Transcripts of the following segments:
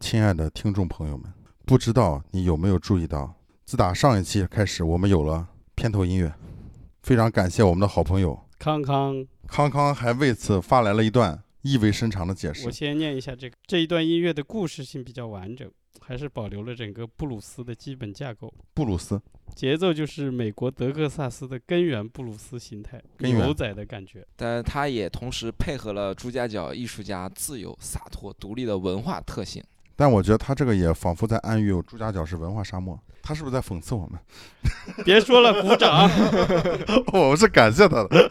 亲爱的听众朋友们，不知道你有没有注意到，自打上一期开始，我们有了片头音乐。非常感谢我们的好朋友康康，康康，还为此发来了一段意味深长的解释我。先念一下这个这一段音乐的故事性比较完整，还是保留了整个布鲁斯的基本架构。布鲁斯，节奏就是美国德克萨斯的根源布鲁斯形态，根源牛仔的感觉。但它也同时配合了朱家角艺术家自由、洒脱、独立的文化特性。但我觉得他这个也仿佛在暗喻朱家角是文化沙漠。他是不是在讽刺我们？ 别说了，鼓掌，我是感谢他的，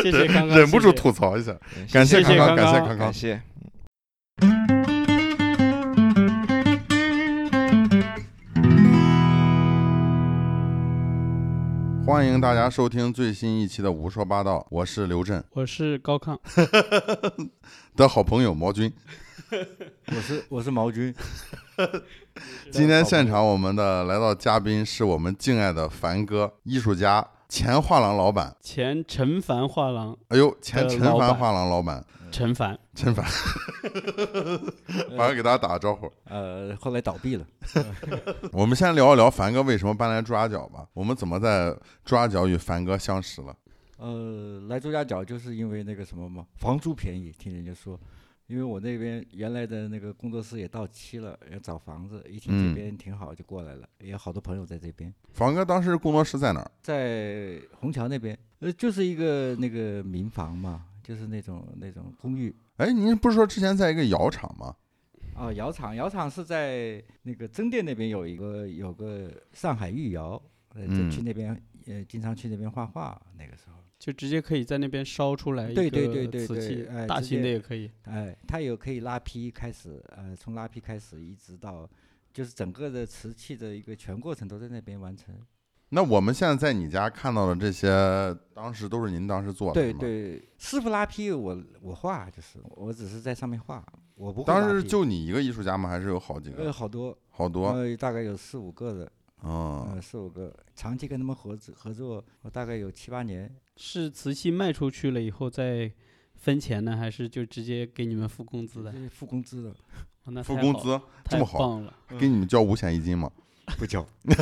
谢谢康康，忍不住谢谢吐槽一下。嗯感谢康谢康，康感谢康康感康。谢。欢迎大家收听最新一期的《胡说八道》，我是刘震我是高亢，的好朋友毛军。我是我是毛 军，今天现场我们的来到嘉宾是我们敬爱的凡哥，艺术家，前画廊老板，前陈凡画廊，哎呦，前呃陈老凡板画廊老板，陈凡，陈凡，嗯凡哥给大家打个招呼。呃，后来倒闭了。我们先聊一聊凡哥为什么搬来朱家角吧，我们怎么在朱家角与凡哥相识了？呃，来朱家角就是因为那个什么嘛，房租便宜，听人家说。因为我那边原来的那个工作室也到期了，要找房子，一听嗯这边挺好，就过来了，也有好多朋友在这边，凡哥当时工作室在哪儿？在虹桥那边，呃，就是一个那个民房嘛，就是那种那种公寓哎，您不是说之前在一个窑厂吗？啊，窑厂，窑厂是在那个增店那边有一个有个上海御窑，呃，就嗯去那边呃，经常去那边画画，那个时候。就直接可以在那边烧出来一对对个对对瓷对器哎，大直型的接也可以。哎，它有可以拉坯开始，呃，从拉坯开始一直到，就是整个的瓷器的一个全过程都在那边完成。那我们现在在你家看到的这些，当时都是您当时做的，对是吗。对，师傅拉坯我我画就是，我只是在上面画，我不会当拉时坯就你一个艺术家吗？还是有好几呃个？好多，好多。呃大概有四五个的，嗯，呃四五个，长期跟他们合作合作，我大概有七八年。是瓷器卖出去了以后再分钱呢，还是就直接给你们付工资的？就是付工资的，哦呃那付太工好了，资这太么好棒了！给你们交五险一金吗？嗯不交。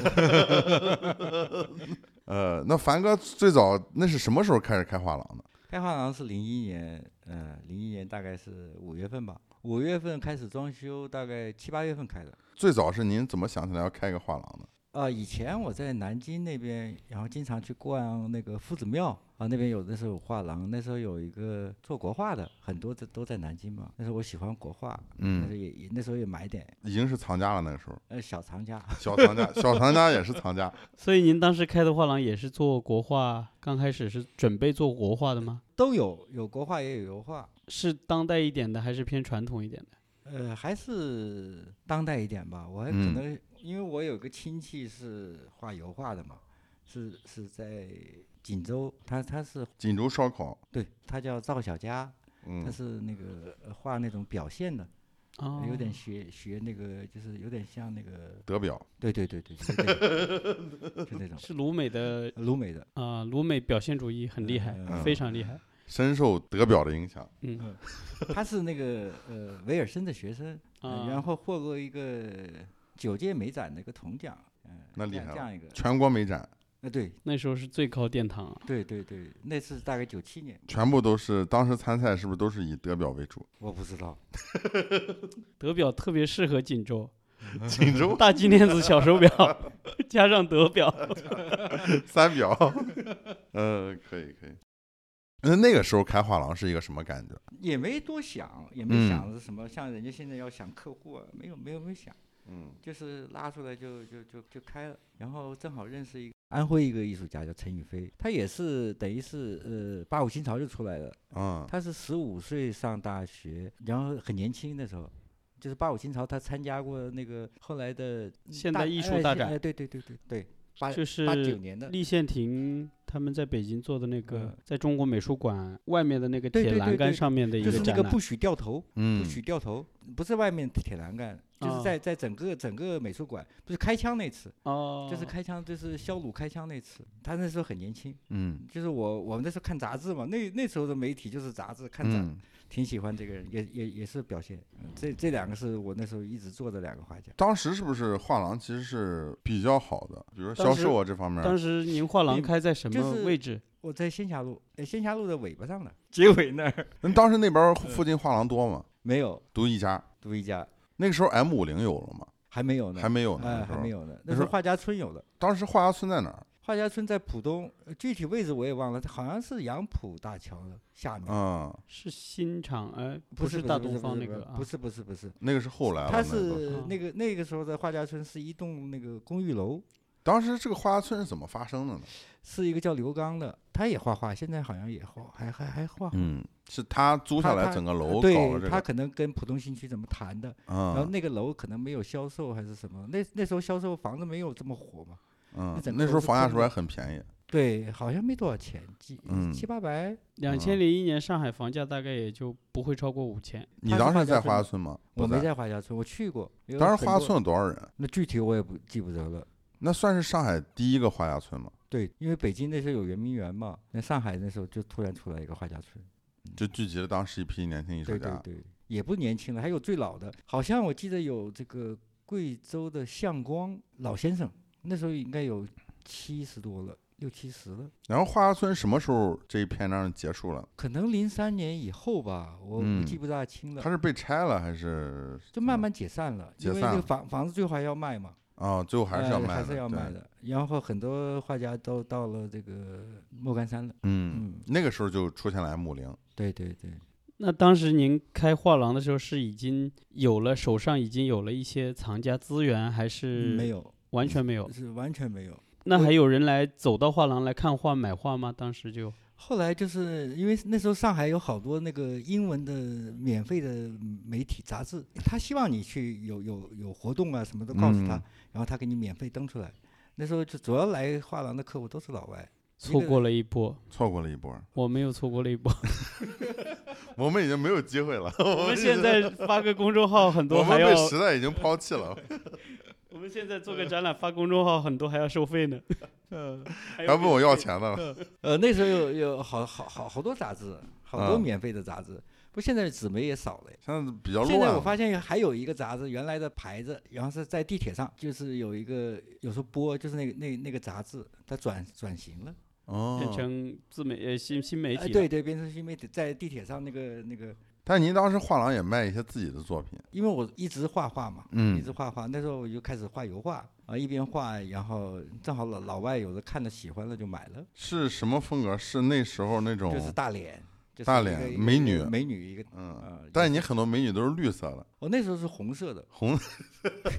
呃，那凡哥最早那是什么时候开始开画廊的？开画廊是零一年，呃，零一年大概是五月份吧，五月份开始装修，大概七八月份开的。最早是您怎么想起来要开个画廊的？啊，以前我在南京那边，然后经常去逛那个夫子庙啊，那边有那时候有画廊，那时候有一个做国画的，很多的都在南京嘛。那时候我喜欢国画，那时候嗯，也也那时候也买点，已经是藏家了，那个时候呃，小藏家，小藏家，小藏家也是藏家。所以您当时开的画廊也是做国画，刚开始是准备做国画的吗？都有，有国画也有油画，是当代一点的，还是偏传统一点的？呃，还是当代一点吧。我还可嗯能、因为我有个亲戚是画油画的嘛，是是在锦州，他他是锦州烧烤，对他叫赵小佳，他嗯，是那个呃画那种表现的。哦，有点学学那个，就是有点像那个，德表，对对对对，就那种，就那种呃是鲁美的鲁美的，啊、鲁美表现主义很厉害，嗯非常厉害。深受德表的影响。嗯他是那个呃维尔森的学生，呃啊，然后获过一个九届美展的一个铜奖，嗯，那这厉样害这了样一个，全国美展，呃，对那时候是最高殿堂啊、对对对，那是大概九七年，全部都是当时参赛，是不是都是以德表为主？ 我不知道，德表特别适合锦 州，锦州大金链子、小手表，加上德表，三表，嗯，可以可以。那那个时候开画廊是一个什么感觉？也没多想，也没想嗯着什么，像人家现在要想客户啊，没有没有没有想。嗯，就是拉出来就就就就开了，然后正好认识一个安徽一个艺术家叫陈宇飞，他也是等于是呃八五新潮就出来了，啊，他是十五岁上大学，然后很年轻那时候，就是八五新潮他参加过那个后来的现大代艺术哎大现展哎对对对对对，八就是八九年的立宪亭他们在北京做的那个嗯，在中国美术馆外面的那个对铁对栏对杆对上面的一就是那展个览不，许掉头，嗯哦不许掉头，不是外面铁栏杆，就是在在整个整个美术馆，就是开枪那次，哦，就是开枪，就是肖鲁开枪那次，他那时候很年轻，嗯就是我我们那时候看杂志嘛，那那时候的媒体就是杂志，看杂嗯，挺喜欢这个人，也也也是表现，嗯这这两个是我那时候一直做的两个画家。当时是不是画廊其实是比较好的，比如说销当时售啊这方面，当时您画廊并开在什嗯就么是位置？我在仙霞路，呃，仙霞路的尾巴 上的结尾那儿那当时那边附近画廊多吗？没有独一家，独一家，那个时候 M 五零有了吗？还没有呢，还没有呢，呃那时还候没。有呢，那那时时候候画家村有的，当时画家村在哪儿？画家村在浦东，呃具体位置我也忘了，好像是杨浦大桥的下面。嗯，是新厂哎，不是是大不是东不方是那不个是啊，不是不是不是，那个是后来了。它那个是那个那个时候的画家村是一栋那个公寓楼，当时这个画家村是怎么发生的呢？是一个叫刘刚的，他也画画，现在好像也画，还还还画。嗯，是他租下他来他整个楼搞了对这他个。可能跟浦东新区怎么谈的，然后嗯那个楼可能没有销售还是什么，那那时候销售房子没有这么火嘛，嗯那，整个那时候楼是房价空是不是的还很便宜？对，好像没多少钱，几嗯七八百，两嗯千零一年上海房价大概也就不会超过五千，你他是当时画家在村画家的村吗？我不没在华家村，我去过，有当时很画家多村有多少人？那具体我也不记不得了。那算是上海第一个画家村吗？对，因为北京那时候有圆明园嘛，那上海那时候就突然出来一个画家村，就聚集了当时一批年轻艺术对对家。对，也不年轻了，还有最老的，好像我记得有这个贵州的向光老先生，那时候应该有七十多了，六七十了，然后画家村什么时候这一篇章结束了？可能零三年以后吧，我我记嗯不大清了，它是被拆了还是就慢慢解散了，解因为那散个了房房子最后还要卖嘛，啊？最后还是要呃卖的，还是要对卖。的，然后很多画家都到了这个莫干山了，嗯，嗯，那个时候就出现了 M 五零。对对对。那当时您开画廊的时候是已经有了手上已经有了一些藏家资源，还是没？有，嗯完全没有。是完全没有。那我还有人来走到画廊来看画买画吗？当时就后来就是因为那时候上海有好多那个英文的免费的媒体杂志，他希望你去有有有活动啊什么都告诉他，嗯然后他给你免费登出来。那时候就主要来画廊的客户都是老外，错个过了一波，错过了一波，我没有错过了 一波。我们已经没有机会了。我们现在发个公众号，很我多们还要被时代已经抛弃了，我们现在做个展览发公众号，很多还要收费 呢。嗯还啊还问我要钱呢。呃，那时候有有好好好好多杂志，好多啊免费的杂志。不，现在纸媒也少了。现在比较现在我乱了，发现还有一个杂志，原来的牌子，然后是在地铁上，就是有一个有时候播，就是那个那那个杂志，它转转型了。变哦。成自媒呃新新媒嗯哎，体了。对对，变成新媒体，在地铁上那个那个，但您当时画廊也卖一些自己的作品，因为我一直画画嘛，一嗯直画画，那时候我就开始画油画啊，一边画，然后正好老老外有的看着喜欢了就买了，是什么风格？是那时候那种就是大脸，就是哦大一脸个一个美一个女美女一个，嗯，呃，但你很多美女都是绿色的， 我那时候是红色的，红，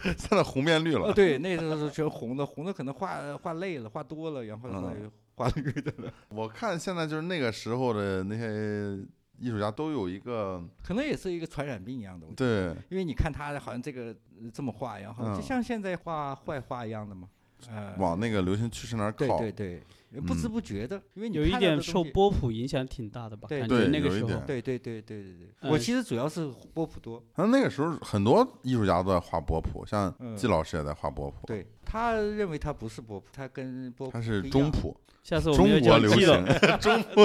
现在红变绿哦了。对，那时候是全红的，红的可能画画累了，画多了，然后后来嗯画绿的了，我看现在就是那个时候的那些艺术家都有一个可能也是一个传染病一样的，我觉得对，因为你看他好像这个呃这么画，然后嗯就像现在画坏画一样的嘛，呃，往那个流行趋势那儿对靠。对对，呃不知嗯不觉的，因为你有一看到点的受东西。波普影响挺大的吧？对感对觉那个有一时候点对对对对对对，呃我其实主要是波普多，那那个时候很多艺术家都在画波普，像嗯季老师也在画波普，对他认为他不是波普，他跟波普他是不一中样普，下次我们中要国叫流季行 老，。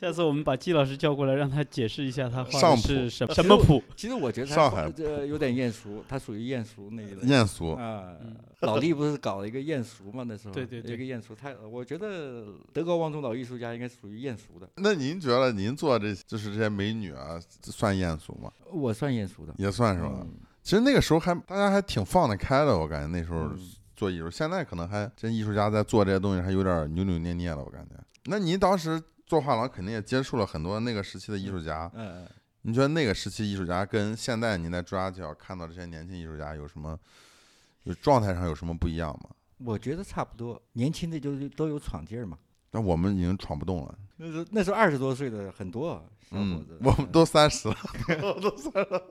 下次我们把季老师叫过来，让他解释一下他画上的谱是什其什实么呃我谱。其实我觉得他上画海这有点艳俗，他属于艳俗那一类。艳俗，啊嗯， 老历不是搞了一个艳俗嘛？那时候对对对一个艳俗，他我觉得德高望重老艺术家应该属于艳俗的，那您觉得您做这就是这些美女啊，算艳俗吗？我算艳俗的，也算是吧。嗯其实那个时候还大家还挺放得开的，我感觉那时候嗯做艺术，现在可能还这艺术家在做这些东西还有点扭扭捏捏的，我感觉。那您当时做画廊肯定也接触了很多那个时期的艺术家，嗯，你觉得那个时期艺术家跟现在您在朱家角看到这些年轻艺术家有什么，有状态上有什么不一样吗？我觉得差不多，年轻的就是都有闯劲儿嘛。那我们已经闯不动了，那时候那时候二十多岁的很多小伙嗯子，，我们嗯都三 十了，我们都三嗯十了，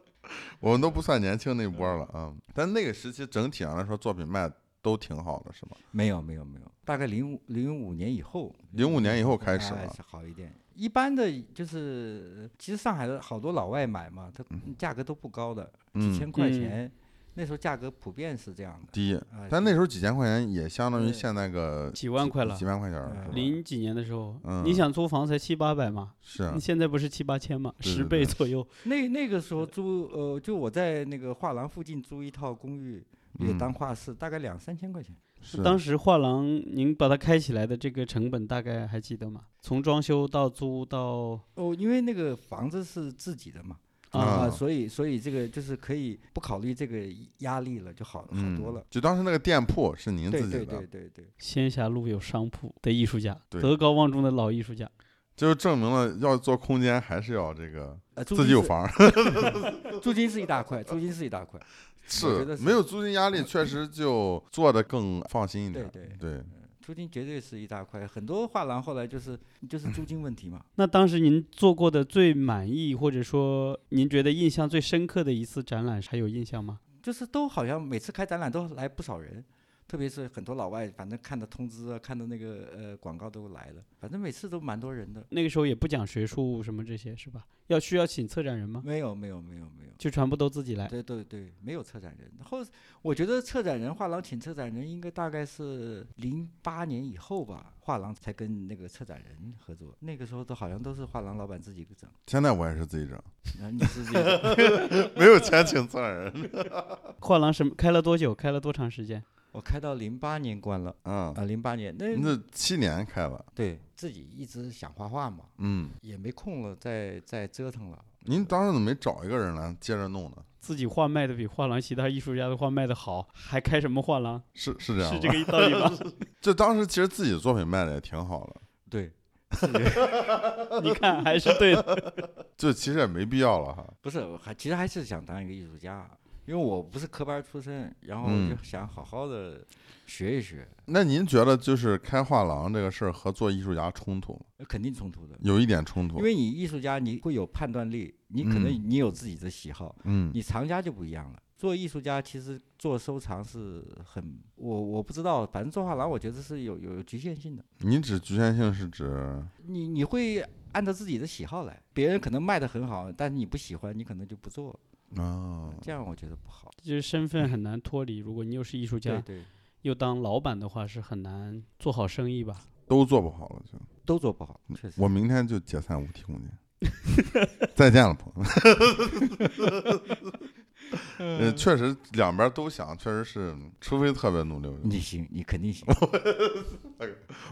我们都不算年轻那波了啊。但那个时期整体上来说，作品卖都挺好的，是吗？没有没有没有，大概零五零五年以后， 05年以后开始哎了是好一点。一般的就是，其实上海的好多老外买嘛，它价格都不高的，几嗯，千块嗯钱，那时候价格普遍是这样的。低啊，但那就时候几千块钱也相当于对嗯现在个几万块了几。万块钱了，是吧零几年的时候，嗯你想租房才七八百嘛，是啊你现在不是七八千嘛，对十对对倍左右。哎那那个时候租，呃，就我在那个画廊附近租一套公寓，也嗯当画室，大概两三千块钱。是当时画廊您把它开起来的这个成本大概还记得吗？从装修到租到哦，因为那个房子是自己的嘛，啊啊，所以所以这个就是可以不考虑这个压力了，就好好多嗯了。就当时那个店铺是您对自己对的对，对对，仙霞路有商铺的艺术家，对德高望重的老艺术家，这就证明了要做空间还是要这个呃，租自己金有是，房，租金是一大块，租金是一大块。 我觉得是嗯没有租金压力，确实就做的更放心一点。对对对，租金绝对是一大块，很多画廊后来就是就是租金问题嘛。那当时您做过的最满意，或者说您觉得印象最深刻的一次展览，还有印象吗？就是都好像每次开展览都来不少人，特别是很多老外，反正看的通知啊，看的那个呃广告都来了，反正每次都蛮多人的。那个时候也不讲学术什么这些，是吧？要需要请策展人吗？没有没有没有没有，就全部都自己来。对对对，没有策展人。后我觉得策展人画廊请策展人应该大概是零八年以后吧，画廊才跟那个策展人合作。那个时候都好像都是画廊老板自己整，现在我也是自己整， 然后你是这个没有钱请自然人。画廊什么开了多久？开了多长时间？ 我开到零八年关了嗯，啊，零八年那您这七年开了，对自己一直想画画嘛，嗯，也没空了，再再折腾了。您当时怎么没找一个人来接着弄呢？自己画卖的比画廊其他艺术家的画卖的好，还开什么画廊？是是这啊样是吧？这个道理吧？就当时其实自己作品卖的也挺好了， 对， 你看还是对的。就其实也没必要了哈。不是，我还其实还是想当一个艺术家，因为我不是科班出身，然后嗯我就想好好的学一学，那您觉得就是开画廊这个事儿和做艺术家冲突吗？呃肯定冲突的。有一点冲突因，为你艺术家，你会有判断力，你可能嗯你有自己的喜好，嗯你藏家就不一样了。做艺术家其实做收藏是很，我我不知道，反正做画廊我觉得是有有局限性的。您指局限性是指你你会按照自己的喜好来，别人可能卖的很好，但是你不喜欢，你可能就不做，啊，这样我觉得不好。就是身份很难脱离，如果你又是艺术对家，对，又当老板的话，是很难做好生意吧？ 都做不好了就。都做不好，确实。嗯我明天就解散五体 空间，再见了，朋友们。嗯呃，确实两边都想，确实是，除非特别努力，你行，你肯 定行。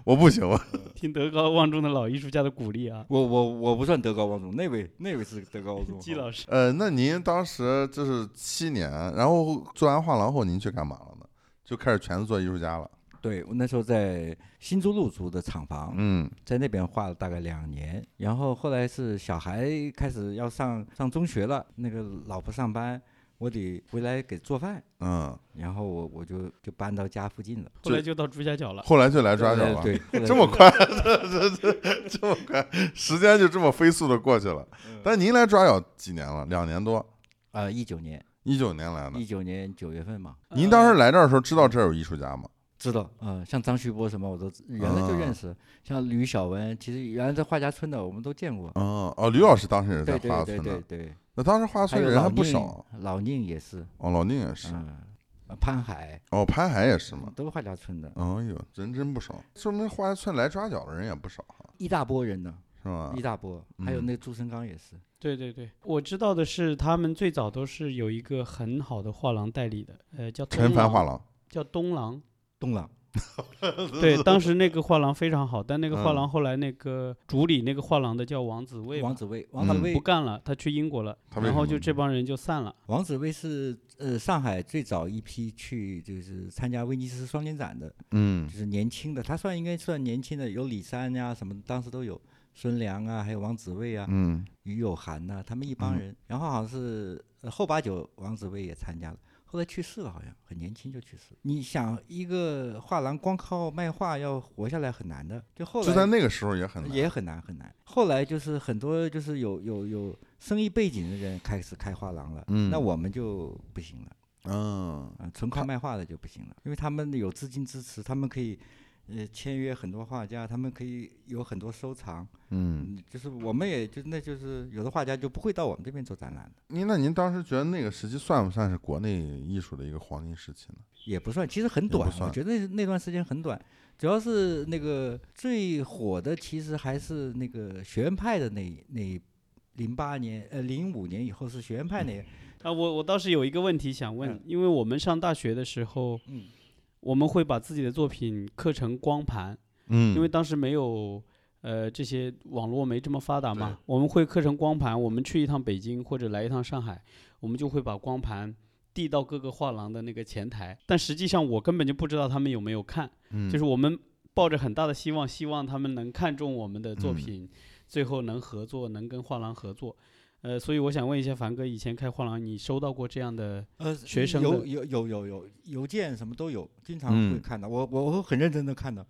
我不行，我听德高望重的老艺术家的鼓励啊，。我我我不算德高望重，那位那位是德高望 重季好吧老师。呃，那您当时就是七年，然后做完画廊后，您去干嘛了呢？就开始全职做艺术家了。对我那时候在新珠路租的厂房，嗯在那边画了大概两年，然后后来是小孩开始要上上中学了，那个老婆上班，我得回来给做饭，嗯，然后我我就就搬到家附近了。后来就到朱家角了。后来就来抓角对了。 对，后来这么快，这这这么快，时间就这么飞速的过去了。嗯但您来抓角几年了？两年多，啊，一九年一九年来的一。九年九月份嘛，您当时呃来这儿的时候，知道这儿有艺术家吗？知道，嗯，像张旭波什么我都知原来就认识，啊像吕晓雯，其实原来在画家村的我们都见过。哦哦，吕老师当时也是在对对花对村对的，对，那当时花还村有人老还不宁少。，老宁也是，哦，老宁也是，嗯，呃潘海哦，潘海也是嘛。都是画家村的，哎呦，人真不少，说明花村来抓角的人也不少哈，一大波人呢，是吧一？大波，还有嗯那朱生刚也是，对对对，我知道的是，他们最早都是有一个很好的画廊代理的，呃，叫陈凡凡画，廊，叫东廊。 东朗。对，当时那个画廊非常好，但那个画嗯廊后来那个主理那个画廊的叫王子卫吧，王紫薇，王紫嗯薇不，干了，他去英国了，他为然什后么就呢这帮人就散了。王紫薇是呃上海最早一批去就是参加威尼斯双年展的，嗯就是年轻的，他算应该算年轻的，有李珊呀、什么的，当时都有。孙良啊，还有王紫薇啊，嗯，于有涵呐、他们一帮嗯人。然后好像是呃后八九，王紫薇也参加了，后来去世了，好像很年轻就去世。你想，一个画廊光靠卖画要活下来很难的，就后来就在那个时候也很难。也很难很难。后来就是很多就是有有有生意背景的人开始开画廊了，嗯那我们就不行了。嗯，啊，纯靠卖画的就不行了，因为他们有资金支持，他们可以呃签约很多画家，他们可以有很多收藏，嗯，嗯，就是我们也就那就是有的画家就不会到我们这边做展览的，您那您当时觉得那个时期算不算是国内艺术的一个黄金时期呢？也不算，其实很不短，我算觉得那段时间很短，主要是那个最火的其实还是那个学院派的那那零八年呃零五年以后是学院派那，啊，我我倒是有一个问题想问，嗯因为我们上大学的时候，嗯我们会把自己的作品刻成光盘，嗯因为当时没有呃这些网络没这么发达对嘛，我们会刻成光盘。我们去一趟北京或者来一趟上海，我们就会把光盘递到各个画廊的那个前台，但实际上我根本就不知道他们有没有看，嗯就是我们抱着很大的希望，希望他们能看中我们的嗯作品，最后能合作，能跟画廊合作。呃，所以我想问一下凡哥，以前开画廊，你收到过这样的？呃学生有的有有有有邮件什么都有，经常嗯会看到，我我会很认真的看到，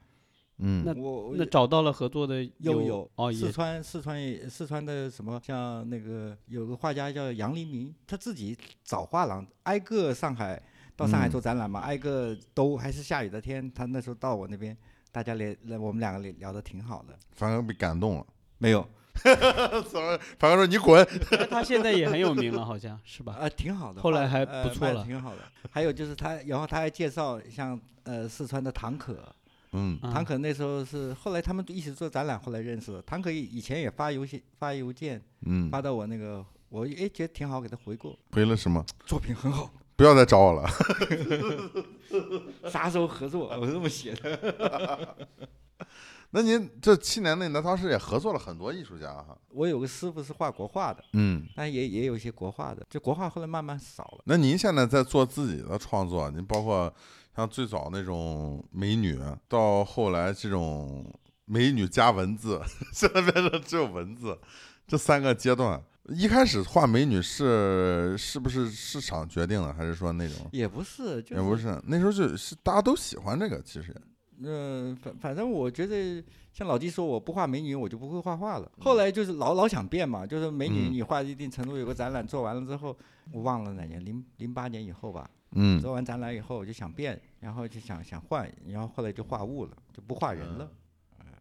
嗯那我我那找到了合作的有有 哦，四也川四川也四川的什么，像那个有个画家叫杨黎明，他自己找画廊，挨个上海到上海嗯做展览嘛，挨个都还是下雨的天，他那时候到我那边，大家聊，我们两个聊聊的挺好的，凡哥被感动了，没有凡哥说你滚，但他现在也很有名了，好像是吧？啊，挺好的，后画来得还呃不错卖得了挺好的。还有就是他，然后他还介绍像呃四川的唐可，嗯啊唐可那时候是后来他们一起做展览，后来认识的。唐可以以前也发邮件发邮件嗯，发到我那个，我哎觉得挺好，给他回过，回了什么？作品很好。不要再找我了。 啥时候合作？啊我是这么写的。那您这七年内呢，当时也合作了很多艺术家哈。我有个师傅是画国画的，嗯，但也也有一些国画的，就国画后来慢慢少了。那您现在在做自己的创作，您包括像最早那种美女，到后来这种美女加文字， 现在变成只有文字，这三个阶段。一开始画美女是是不是市场决定的，还是说那种？也不是，就也不是，那时候就是大家都喜欢这个，其实也嗯、反反正我觉得，像老弟说，我不画美女，我就不会画画了。后来就是老老想变嘛，就是美女嗯你画一定程度，有个展览做完了之后，我忘了哪年，零零八年以后吧。嗯做完展览以后，我就想变，然后就想想换，然后后来就画物了，就不画人了。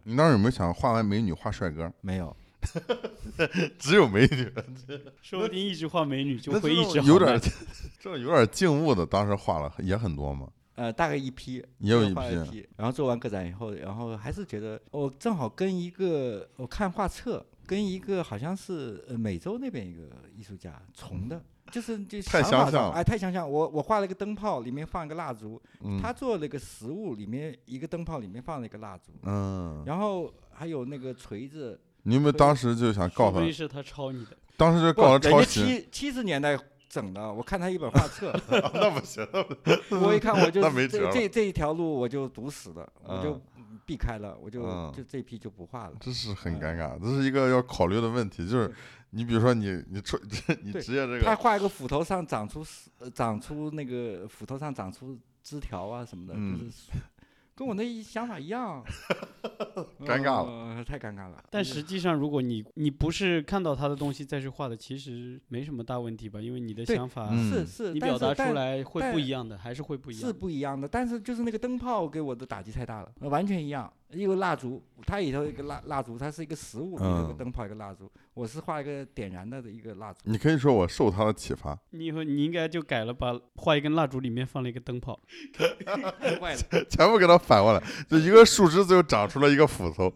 你当时有没有想画完美女画帅哥？没有， 只有美女，说不定一直画美女就那会这一种直有好卖点，这种有点静物的，当时画了也很多嘛。呃，大概一批，也有一画了批批。然后做完个展以后，然后还是觉得我、正好跟一个我看画册，跟一个好像是呃美洲那边一个艺术家重的，就是就嗯太相想法像上了哎，太相像。我我画了一个灯泡，里面放一个蜡烛，嗯他做了一个食物，里面一个灯泡里面放了一个蜡烛，嗯，然后还有那个锤子。你有没有当时就想告诉说不定他？嗯是他抄你的。当时就不，告人他抄家袭？七七十年代整的，我看他一本画 册，那不行，那不我一看我就那没辙这了这这一条路我就堵死了，我就嗯避开了，我就嗯就这批就不画了。这是很尴尬，这是一个要考虑的问题。就是你比如说你你出 你对职业这个，他画一个斧头上长出丝呃长出那个斧头上长出枝条啊什么的，嗯就是跟我那一想法一样， 尴尬了，太尴尬了。但实际上，如果你你不是看到他的东西再去画的，其实没什么大问题吧？因为你的对想法，嗯是是，你但表是达但出来会但不一样的，还是会不一样是的。不一样的，但是就是那个灯泡给我的打击太大了，呃完全一样。一个蜡烛，它里头有一个蜡蜡烛，它是一个实物，里头有个嗯灯泡，一个蜡烛。我是画一个点燃的一个 蜡烛，你可以说我受他的启发。你以后你应该就改了，把画一根蜡烛里面放了一个灯泡，太坏了。 全部给他反过来，就一个树枝最后长出了一个斧 头。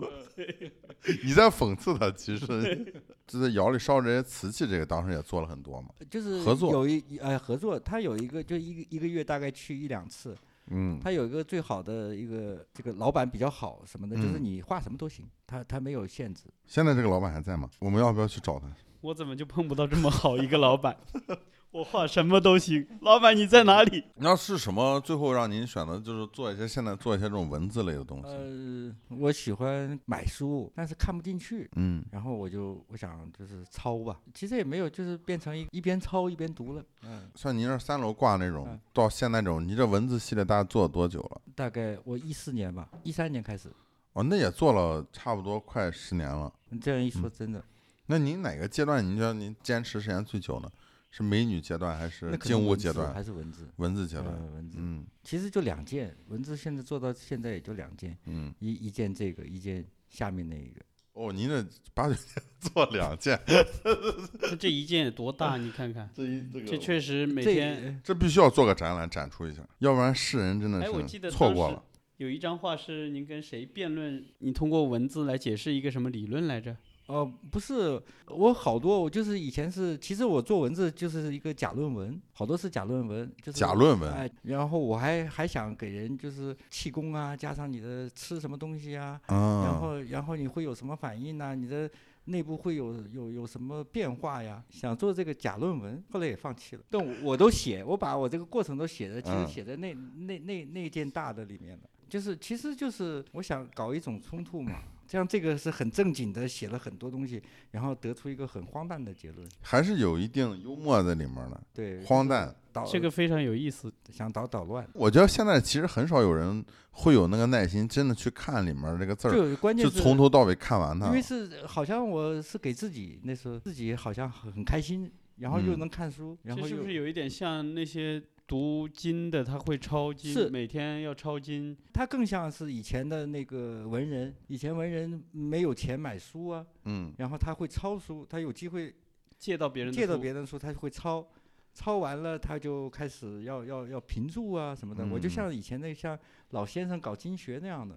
你在讽刺他，其 实就在窑里烧这些瓷器，这个当时也做了很多嘛。就是合作有一呃合作，他有一个就一个一个月大概去一两次，嗯，他有一个最好的一个这个老板比较好什么的，就是嗯你画什么都行，他他没有限制。现在这个老板还在吗？我们要不要去找他？我怎么就碰不到这么好一个老板？ 我画什么都行，老板你在哪里？你要是什么最后让您选择，就是做一些现在做一些这种文字类的东西？呃，我喜欢买书，但是看不进去，嗯，然后我就我想就是抄吧，其实也没有，就是变成一一边抄一边读了。嗯，像您这三楼挂那种嗯，到现在这种，你这文字系列大概做了多久了？大概我一四年吧，一三年开始。哦，那也做了差不多快十年了。嗯你这样一说，真的，那您哪个阶段您觉得您坚持时间最久呢？是美女阶段还那是可静能物文阶字段？还是文字，文字阶段。呃，文字，嗯其实就两件，文字现在做到现在也就两件，嗯。一一件这个，一件下面那一个，哦，您这八九年 做两件，那这一件多大？你看看，这一这这确实每这天。呃这必须要做个展览展出一下，要不然世人真哎我的记得嗯是错当过时了。有一张画是您跟谁辩论？你通过文字来解释一个什么理论来着？呃，不是，我好多，我就是以前是，其实我做文字就是一个假论文，好多是假论文，就是假论文，哎，然后我还还想给人就是气功啊，加上你的吃什么东西啊，然嗯，后然后你会有什么反应呐、你的内部会有有有什么变化呀？想做这个假论文，后来也放弃了。但我我都写，我把我这个过程都写的，其嗯实写在那、那那那件大的里面了。就是其实就是我想搞一种冲突嘛，这样这个是很正经的写了很多东西，然后得出一个很荒诞的结论。还是有一定幽默在里面的，对，荒诞。捣这个非常有意思。想捣捣乱，我觉得现在其实很少有人会有那个耐心，真的去看里面这个字儿，就关键就是从头到尾看完它因。为是好像我是给自己那时候自己好像很很开心，然后又嗯能看书，然这后是又不是有一点像那些读经的，他会抄经，是每天要抄经，他更像是以前的那个文人，以前文人没有钱买书啊，嗯，然后他会抄书，他有机会借到别人的借到书别人的书，他就会抄，抄完了他就开始要要要评注啊什么的。我就嗯像以前那像老先生搞经学那样的，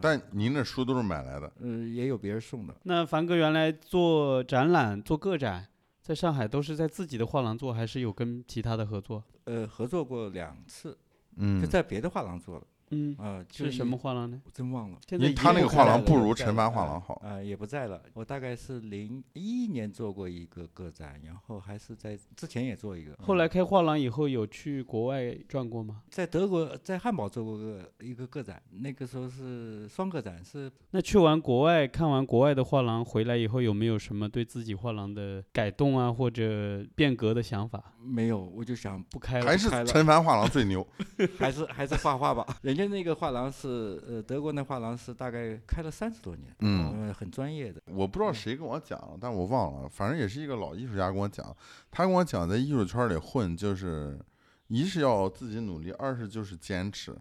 但您这书都是买来的，呃，也有别人送的。那凡哥原来做展览、做个展，在上海都是在自己的画廊做，还是有跟其他的合作？呃，合作过两次，嗯就，在别的画廊做了，嗯，呃，就是什一么？画廊呢？我真忘了。现因在为已他经那个不画开廊了不吧如陈凡凡画廊好呃，也不在了。我大概是零一年做过一个个展，然后还是在之前也做一个。后来开画廊以后，有去国外转过吗？在德国，在汉堡做过个一个个展，那个时候是双个展，是那去完国外，看完国外的画廊回来以后，有没有什么对自己画廊的改动啊，或者变革的想法？没有，我就 想不哎开了还，是开了陈凡画廊最牛。还是还是画画吧。人家那个画廊是呃德国那画廊是大概开了三十多年，嗯，呃很专业的。我不知道谁跟我讲，但我忘了，反正也是一个老艺术家跟我讲，他跟我讲，在艺术圈里混就是，一是要自己努力，二是就是坚持，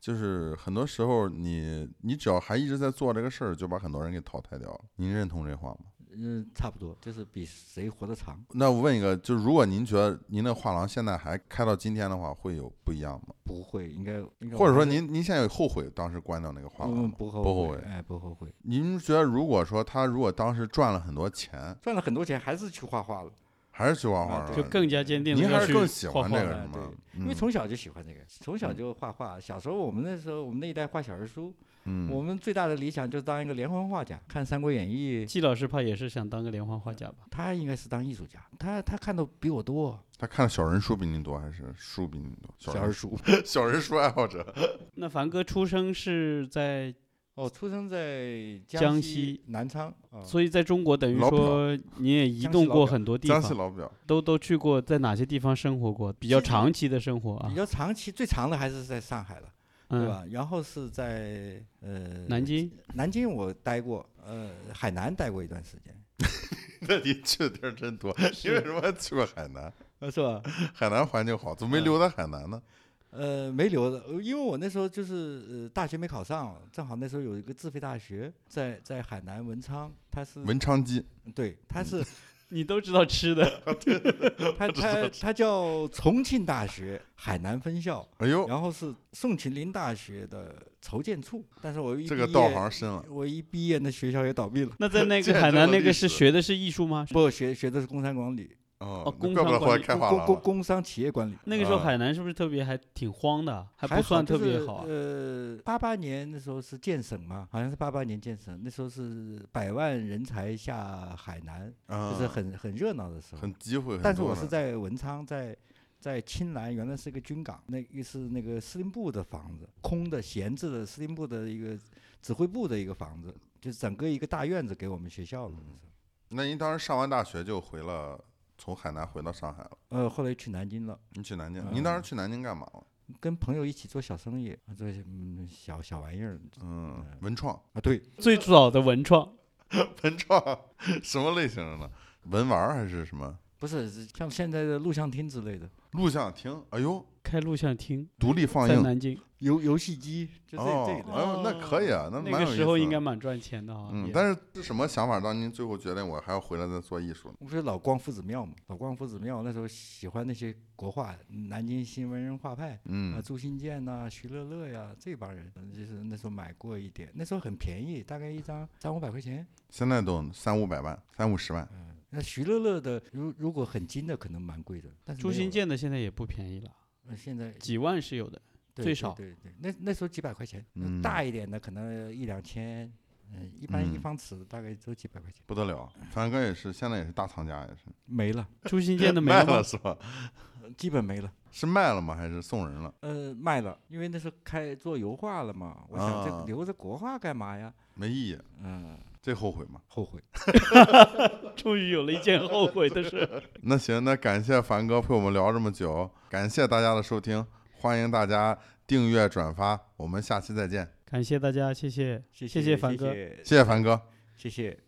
就是很多时候你你只要还一直在做这个事儿，就把很多人给淘汰掉了。您认同这话吗？嗯，差不多，就是比谁活得长，那我问一个，就如果您觉得您的画廊现在还开到今天的话，会有不一样吗？不会，应该应该或者我说还是您您现在有后悔当时关掉那个画廊嗯吗？不后不后悔哎不后悔，您觉得如果说他如果当时赚了很多钱，赚了很多钱还是去画画了，还是去画画啊了对就更加坚定了您还要是去更喜画欢画这个了是了吗？因为嗯从小就喜欢这个，从小嗯就画画。小时候我们那时候我们那一代画小人书，嗯我们最大的理想就是当一个连环画家，看《三国演义》。季老师怕也是想当个连环画家吧？他应该是当艺术家，他他看的比我多，他看的小人书比您多还是书比您多？小小人人书。 小人书爱好者。那凡哥出生是在， 哦，出生在江西西南昌，啊，所以在中国等于老表说你也移江西动老过表很多地江西方，老表， 都都去过，在哪些地方生活过？比较其实长期的生活啊比，较长期最长的还是在上海了，对嗯，吧？然后是在呃南， 京。南京我待过，呃，海南待过一段时间，那你去的地儿真多。你为什么还去过海南？呃，是吧？海南环境好，怎么没嗯留在海南呢？呃，没留的，呃因为我那时候就是呃大学没考上，正好那时候有一个自费大学在在海南文昌，它是文昌鸡，对，它是你都知道吃的，它它它叫重庆大学海南分校，哎呦，然后是宋庆龄大学的筹建处，但是我一这个毕道业行深了。我一毕业那学校也倒闭了，那 在那这个也海是南个那历个是史学的是艺术吗？不学学的是工商管理，哦，那工怪不商得后管来理开画工廊工了。工商企业管理。那个时候啊海南是不是特别还挺荒的，还不好算就特别是好啊？呃，八八年那时候是建省嘛，好像是八八年建省，那时候是百万人才下海南，嗯就是很很热闹的时候。很机会很多呢。但是我是在文昌，在在青兰，原来是一个军港，那个是那个司令部的房子，空的闲置的司令部的一个指挥部的一个房子，就是整个一个大院子给我们学校了。嗯那时候那您当时上完大学就回了，从海南回到上海了。呃，后来去南京了，您去南京，嗯您当时去南京干嘛了？跟朋友一起做小生意，做一些嗯小小玩意儿嗯，文创， 啊，对，最早的文创，文创什么类型的呢？文玩儿还是什么？不是是像现在的录像厅之类的，录像厅，哎呦，开录像厅独立放嗯在映，南京，游游戏机就这哦，这哎里的。呦，那可以啊，那那蛮个有意时候思应的该蛮赚钱的啊。嗯，也但是是什么想法让您最后决定我还要回来再做艺术呢？我不是老逛夫子庙嘛，老逛夫子庙，那时候喜欢那些国画，南京新文人画派啊，嗯，朱新建呐、徐乐乐呀、这帮人，嗯就是那时候买过一点，那时候很便宜，大概一张三五百块钱。现在都三五百万，三五十万，嗯，那徐乐乐的如如果很精的，可能蛮贵的。但是朱没有新了、建的现在也不便宜了，呃现在几万是有的。对最对少对对，那那时候几百块钱，嗯大一点的可能一两千，嗯，一般一嗯方尺大概都几百块钱，不得了。凡哥也是，现在也是大藏家，也是没了，朱新建 的没卖了吗？是吧？呃基本没了。是卖了吗？还是送人了？呃，卖了，因为那时候开做油画了嘛，我想啊这留着国画干嘛呀？没意义，嗯，这后悔吗？后悔。终于有了一件后悔的 事。那行，那感谢凡哥陪我们聊这么久，感谢大家的收听，欢迎大家订阅转发，我们下期再见，感谢大家，谢谢，谢谢凡哥。谢谢凡哥。谢谢。